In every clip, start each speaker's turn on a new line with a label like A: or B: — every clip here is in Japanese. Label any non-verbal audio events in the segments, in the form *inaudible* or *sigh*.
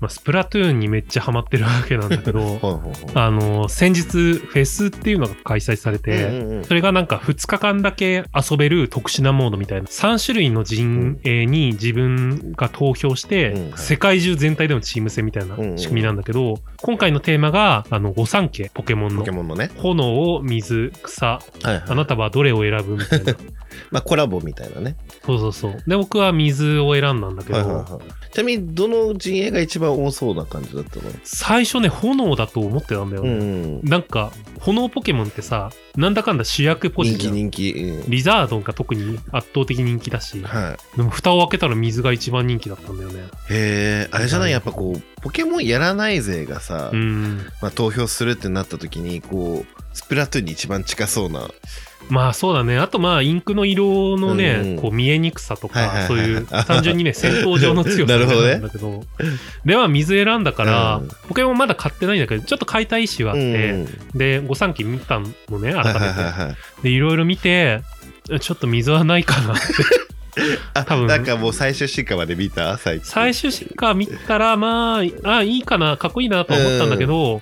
A: まあ、スプラトゥーンにめっちゃハマってるわけなんだけ
B: *laughs*
A: ど、
B: はいはいはい
A: あの、先日フェスっていうのが開催されて、
B: うんうんうん
A: それがなんか2日間だけ遊べる特殊なモードみたいな3種類の陣営に自分が投票して、
B: うん
A: 世界中全体でのチーム戦みたいな仕組みなんだけど、今回のテーマがあの御三家ポケモン
B: ポ
A: の
B: ケモンのね。
A: 炎を水草
B: はいはい
A: あなたはどれを選ぶみた
B: *laughs*
A: いな
B: まあコラボみたいなね。
A: そうそうそうで僕は水を選んだんだけど、
B: はいはいはい。ちなみにどの陣営が一番多そうな感じだったの
A: 最初ね炎だと思ってたんだよ
B: う
A: ね、
B: ん。
A: なんか炎ポケモンってさなんだかんだ主役ポジ
B: 人
A: シ
B: 気
A: ョン
B: 人気。うん
A: リザードンが特に圧倒的人気だし、
B: は
A: でも蓋を開けたら水が一番人気だったんだよね。
B: い。へえ、あれじゃないやっぱこう、ポケモンやらない勢がさ
A: う、ん。
B: まあ投票するってなった時に、こう、スプラトゥーンに一番近そうな。
A: まあそうだね。あとまあインクの色のね、
B: うん
A: こう見えにくさと
B: はいはい
A: か、
B: はい
A: そういう単純に
B: *laughs*
A: ね、戦闘上の強さ
B: なるほどね
A: んだけど。では水選んだから、
B: うん
A: ポケモンまだ買ってないんだけど、ちょっと買いたい意思はあって、
B: うん
A: で、御三家見たのね、
B: は
A: 改
B: いはい
A: め
B: はい
A: て。
B: はい。
A: で、いろいろ見て、ちょっと水はないかなって。
B: あ、
A: 多分
B: なんかもう最終進化まで見た最近。
A: 最終しか見たら、まあ、あ、いいかな、かっこいいなと思ったんだけど、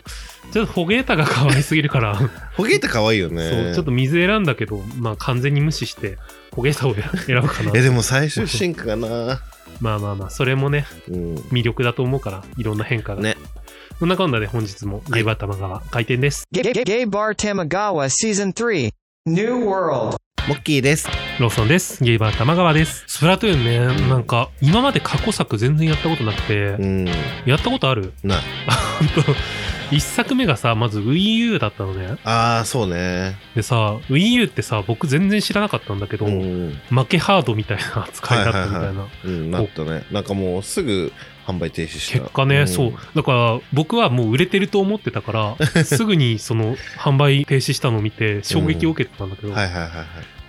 A: ちょっとホゲータが可愛すぎるから。
B: ホゲータ可愛いよね。
A: そうちょっと水選んだけど、まあ、完全に無視して焦げさを選選ぶかな
B: *laughs* え、でも最終進化かな。
A: まあまあまあそれもね
B: うん。
A: 魅力だと思うからいろんな変化が
B: ね
A: そんなこんなで本日も「ゲバ玉川」開店です、
C: Gay, Gay, Gay Bar Tamagawa Season 3 New World
B: モッキーです。
A: ローソンですゲイバー玉川ですスプラトゥーンね、
B: ん
A: なんか今まで過去作全然やったことなくて、
B: うん。
A: やったことある *laughs*
B: な、
A: 1作目がさまず WiiU だったのね
B: ああ、そうね。
A: でさ WiiU ってさ僕全然知らなかったんだけど、
B: うん。
A: 負けハードみたいな *laughs* 扱いだったみたいな、
B: はいはいうん、なったね。なんかもうすぐ販売停止した。
A: 結果ね、
B: ん
A: そう。だから僕はもう売れてると思ってたから
B: *laughs*
A: すぐにその販売停止したのを見て衝撃を受けてたんだけど、
B: はいはいはいはい。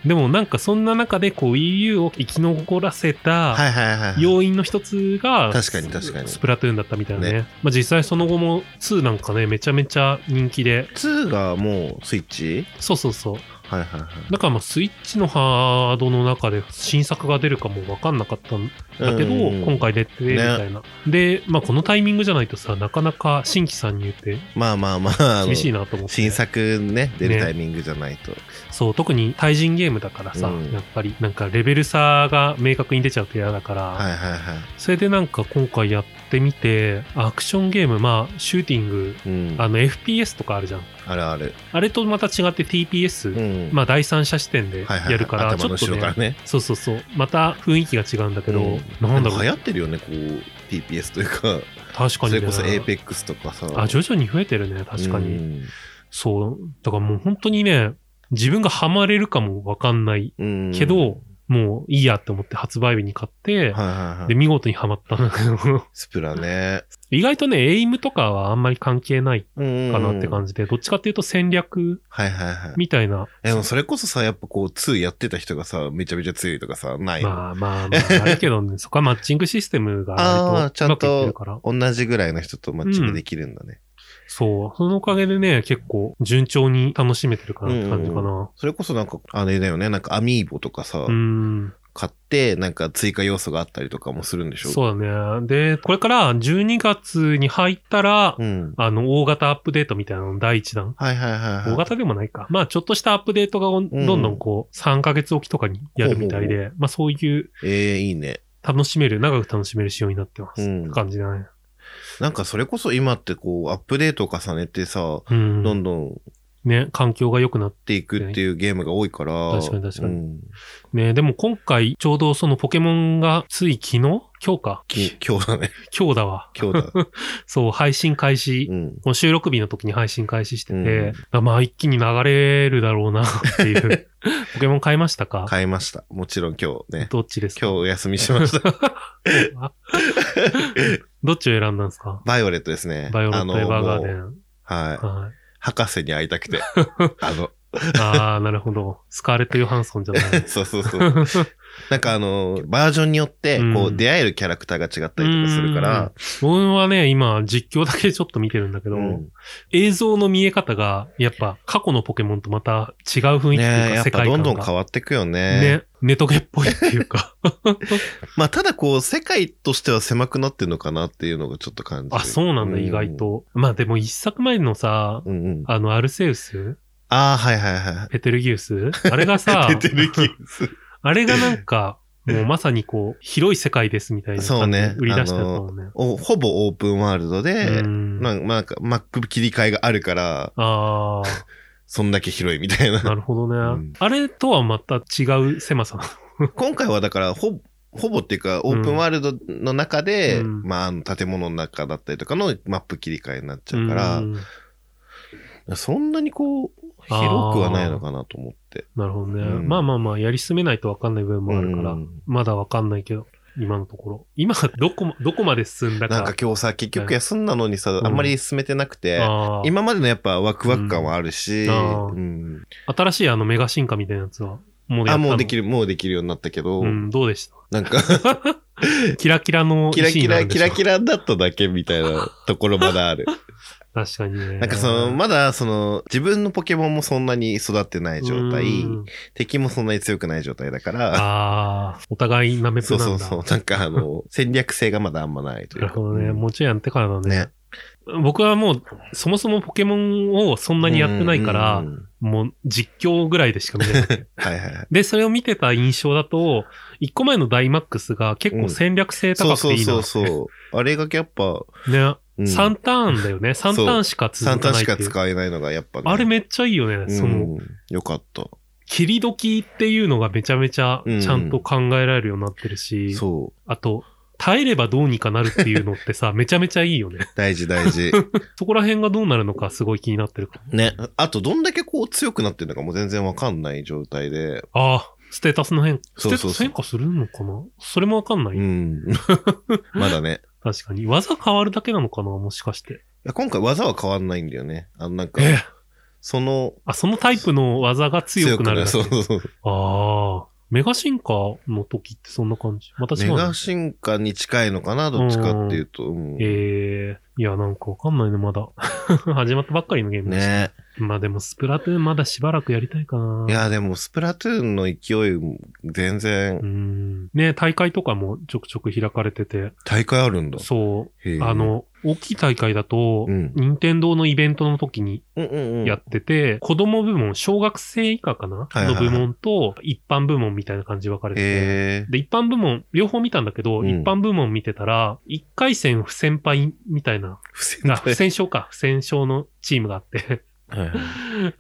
A: でもなんかそんな中でこう EU を生き残らせ
B: は
A: た
B: いはいはいはい。
A: 要因の一つが、
B: 確かに確かに
A: スプラトゥーンだったみたいなね
B: ね
A: まあ、実際その後も2なんかねめちゃめちゃ人気で
B: 2がもうスイッチ
A: そうそうそう
B: はいはいはい。
A: だからまあスイッチのハードの中で新作が出るかも分かんなかったんだけど、
B: うん
A: 今回出てみたいな、で、まあ、このタイミングじゃないとさなかなか新規参入って
B: まあまあまあ、あの
A: 厳しいなと思って
B: 新作ね、出る
A: ね
B: タイミングじゃないと。
A: そう特に対人ゲームだからさ、
B: うん
A: やっぱりなんかレベル差が明確に出ちゃうと嫌だから、
B: はいはいはい。
A: それでなんか今回やってみてアクションゲームまあシューティング
B: うん。
A: あの FPS とかあるじゃん
B: あるある。
A: あれとまた違って TPS、
B: うん。
A: まあ第三者視点で
B: はいはいはい
A: やるからち
B: 頭
A: ょ
B: の
A: っと
B: 後ろ
A: ね,、
B: からね。
A: そうそうそうまた雰囲気が違うんだけど、
B: うん
A: なんだ
B: でも流
A: ろ
B: 行
A: う
B: ってるよね、こう、TPS というか、
A: 確か
B: そ
A: に、ね、
B: れこそ APEX とかさ。
A: あ徐々に増えてるね確かに、
B: に。
A: そうだからもう本当にね自分がハマれるかもわかんない
B: うん。
A: けど、もういいやって思って発売日に買って、
B: はいはいはい
A: で、見事にはまったんだけど、 *laughs*
B: スプラね。
A: 意外とね、エイムとかはあんまり関係ない
B: か
A: かなって感じ
B: じ。
A: で、どっちかっていうと戦略
B: はいはいはい。
A: みたいな。
B: でもそれこそさ、やっぱこう、2やってた人がさ、めちゃめちゃ強いとかさ、ない。
A: まあまあまあ、あるけど
B: *laughs*
A: ね、そこはマッチングシステムが
B: あ
A: な
B: ー
A: い
B: ち
A: と
B: ゃ
A: うんまくいって
B: と
A: るから。
B: 同じぐらいの人とマッチングできるんだね。
A: そう。そのおかげでね、結構順調に楽しめてるかなって感じかな。
B: それこそなんか、あれだよね、なんかアミーボとかさ、
A: うん。
B: 買って、なんか追加要素があったりとかもするんでしょう。
A: そうだね。で、これから12月に入ったら、
B: うん。
A: あの、大型アップデートみたいなの第一弾。
B: はいはいはい
A: 大
B: はい。
A: 型でもないか。まあ、ちょっとしたアップデートがお
B: ん
A: どんどんこう、3ヶ月おきとかにやるみたい
B: ほ
A: で、まあ、そういう
B: ええいいね。
A: 楽しめる、長く楽しめる仕様になってます。
B: うん
A: って感じだね。
B: なんかそれこそ今ってこう、アップデートを重ねてさ、
A: うん。
B: どんどん売っ
A: ね、環境が良くなって
B: いくっていうゲームが多いから。
A: 確かに確かに
B: うん
A: ね、でも今回、ちょうどそのポケモンがつい昨日今日か
B: き今日だね。 *laughs*
A: 今日だわ。
B: 今日だ。
A: そう、配信開始。
B: うん。
A: この収録日の時に配信開始して
B: うん
A: て、あまあ一気に流れるだろうなって
B: *laughs*
A: いう。ポケモン買いましたか
B: 買いました。もちろん今日ね。
A: どっちです
B: 今
A: か
B: 日お休みしま
A: *laughs*
B: した。
A: どっちを選んだんですか
B: バイオレットですね。
A: バイオレ
B: あ
A: ッ
B: の
A: ト・エヴァーガー
B: も
A: デ
B: う
A: ン。
B: はい。
A: はい。
B: 博士に会いた
A: *laughs*
B: くて。あの、
A: ああ、なるほど。スカーレット・ヨハンソンじゃない。
B: *laughs* そうそうそう。なんかあの、バージョンによって、こ
A: う
B: う、
A: ん
B: 出会えるキャラクターが違ったりとかするから、
A: 僕はね、今、実況だけちょっと見てるんだけど、
B: うん
A: 映像の見え方が、やっぱ過去のポケモンとまた違う雰囲気というか、
B: ねやっ
A: 世
B: ぱ
A: 界観
B: ど
A: が。
B: んどん変わってくよね。
A: ね。ネトゲっぽいっていう
B: *laughs*
A: か。
B: まあ、ただこう、世界としては狭くなってるのかなっていうのがちょっと感じる
A: あ、そうなんだ、意外。と。まあでも一作前のさ、
B: うんうん。
A: あの、アルセウス
B: ああ、はいはいはい。、
A: ペテルギウスあれがさ
B: *laughs* 出て
A: *laughs*
B: る気がする
A: あれがなんか、もうまさにこう、広い世界ですみたいな
B: そう
A: 感じ
B: ね
A: で売り出したと思うね。
B: おほぼオープンワールドで、
A: うん
B: なんまあなんか、マック切り替えがあるから、
A: あ
B: そんだけ広いみたい *laughs*
A: あ、な
B: な。
A: るほどね、
B: うん
A: あれとはまた違う狭さなの。
B: 今回はだから、ほぼ、ほぼっていうか、オープンワールドの中で、
A: うん
B: まあ、あの建物の中だったりとかのマップ切り替えになっちゃうから、
A: うん
B: そんなにこう、広くはないのかなと思って。
A: なるほどね、
B: うん
A: まあまあまあ、やり進めないとわかんない部分もあるから、
B: うん
A: まだわかんないけど、今のところ。今、どこも、どこまで進んだか。
B: なんか今日さ、結局休んだのにさ、
A: ん
B: あんまり進めてなくて、
A: あー
B: 今までのやっぱワクワク感はあるし、
A: うんあー
B: うん
A: 新しいあのメガ進化みたいなやつは、もうやった
B: あ、
A: の
B: もうできる、もうできるようになったけど、
A: うん、どうでした
B: な
A: *laughs*
B: んか、
A: キラキラの
B: キラ
A: 石に
B: キ
A: なる
B: ラ、
A: んで
B: キ
A: しょ
B: ラキラだっただけみたいなところまだある。
A: 確かにね。
B: なんかその、まだその、自分のポケモンもそんなに育ってない状態
A: う、ん
B: 敵もそんなに強くない状態だから、
A: ああ、お互いなめっ
B: *laughs* そ
A: ぷ
B: う
A: なん
B: そ
A: だ。
B: うそう、なんか
A: *laughs*
B: あの、戦略性がまだあんまないとい
A: な
B: う
A: る
B: か。
A: ほどね。
B: うん
A: もうちょいやってからだね。
B: ね。
A: 僕はもう、そもそもポケモンをそんなにやってないから、
B: うんうんうん
A: もう実況ぐらいでしか見て
B: *laughs*
A: ない。
B: はいはいはい。
A: で、それを見てた印象だと、一個前のダイマックスが結構戦略性
B: そう
A: 高く
B: そ
A: て
B: う
A: いいなって。
B: そうそう。あれがやっぱ、
A: ね。
B: うん
A: 3ターンだよね。3ターンしか続
B: 三
A: か
B: 単
A: ない
B: し
A: ってい
B: か
A: う。
B: 使えないのがやっぱね、
A: あれめっちゃいいよね。その、
B: うんよかった。
A: 切り時っていうのがめちゃめちゃちゃんと考えられるようになってるし、
B: そ
A: あと、耐えればどうにかなるっていうのって
B: *laughs*
A: さ、めちゃめちゃいいよね
B: う。。大事
A: *laughs*
B: 大事。
A: そこら辺がどうなるのかすごい気になってる。
B: ね。あと、どんだけこう強くなってるのかも全然わかんない状態で。
A: ああ、ステータスの変化。ス
B: そ
A: テー
B: うそ
A: タ
B: うそう
A: ス変化するのかなそれもわかんない、
B: うん。 *laughs* まだね。
A: 確かに。技変わるだけなのかなもしかして。
B: いや今回技は変わんないんだよね。あの、なんか、
A: え
B: その、
A: あ、そのタイプの技が強くなるだけ。
B: 強くそうそうそう。
A: ああ、メガ進化の時ってそんな感じ。また違
B: メ
A: う
B: ガ
A: の
B: 進化に近いのかなどっちかっていうと。うん
A: ええいや、なんかわかんないね、まだ。 *laughs* 始まったばっかりのゲームだし
B: ね
A: まあでも、スプラトゥーンまだしばらくやりたいかな。
B: いや、でも、スプラトゥーンの勢い、全
A: う
B: 然、
A: ん。ね、大会とかもちょくちょく開かれてて、
B: 大会あるんだ。
A: そ
B: へえ
A: う、あ、の、大きい大会だと、
B: うん
A: 任天堂のイベントの時に
B: うんうんうん。
A: やってて、子供部門、小学生以下かな、
B: はいはいはい
A: の部門と、一般部門みたいな感じで分かれてて、
B: へえ
A: で、一般部門、両方見たんだけど、
B: うん
A: 一般部門見てたら、一回戦不戦敗みたい *laughs* な、
B: 不戦
A: あ、不戦勝か、不戦勝のチームがあって。
B: はいはい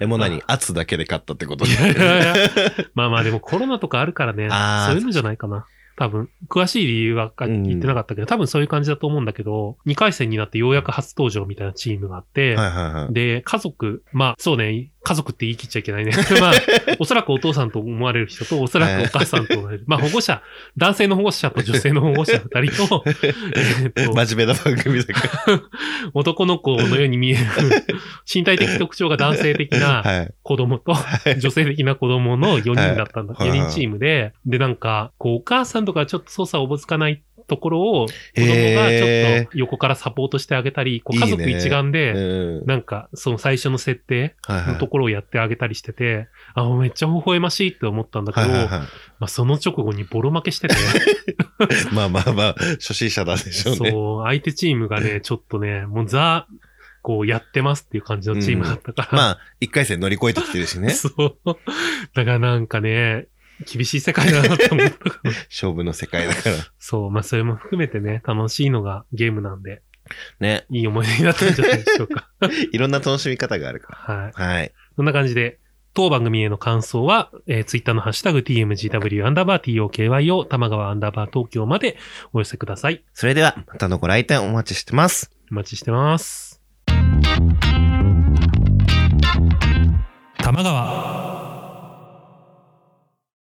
B: え、もう何圧だけで勝ったってこ
A: *laughs*
B: と
A: いやいやいや *laughs* まあまあでもコロナとかあるからね、
B: あー
A: そういうのじゃないかな。多分、詳しい理由は言ってなかったけど、多分そういう感じだと思うんだけど、2回戦になってようやく初登場みたいなチームがあって、
B: はいはいはい。
A: で、家族、まあそうね、家族って言い切っちゃいけないね。 *laughs* まあ、おそらくお父さんと思われる人と、おそらくお母さんと思わ *laughs* れる。まあ保護者、男性の保護者と女性の保護者二人と、えっ
B: *laughs*
A: と、
B: 真面目な番組だか
A: *laughs* 男の子のように見
B: *laughs*
A: える、身体的特徴が男性的な
B: ら。はい。
A: 子供と、女性的な子供の4人だったんだ。
B: はい
A: 4人チームで、でなんか、こうお母さんとかちょっと操作おぼつかないところを、子供がちょっ
B: へ
A: と横からサポートしてあげたり、こう
B: いい
A: 家
B: ね
A: 族一丸
B: え。
A: で、
B: うん。
A: なんか、その最初の設定
B: はいはい
A: のところをやってあげたりしてて、あ、もうめっちゃ微笑ましいって思ったんだけ
B: は
A: ど、
B: いはい
A: ま
B: は
A: あその直後にボロ負けしてて、
B: い。まあまあまあ、初心者なんでしょうね。
A: そう、相手チームがね、ちょっとね、もうザ、こうやってますっていう感じのチームだったから、
B: まあ、一回戦乗り越えてきてるしね。
A: *laughs* そう。だからなんかね、厳しい世界だなって思
B: *laughs*
A: った。
B: 勝負の世界
A: *laughs*
B: だから。
A: そう、まあそれも含めてね、楽しいのがゲームなんで、
B: ね。
A: いい思い出になったんじゃないでしょう
B: *laughs*
A: か。
B: いろんな楽しみ方があるから。
A: はい。
B: はい。
A: そんな感じで、当番組への感想は、えー、ツイッターのハッシュタグ tmgw アンダーバー tokyo を玉川アンダーバー東京までお寄せください。
B: それでは、またのご来店お待ちしてます。
A: お待ちしてます。玉川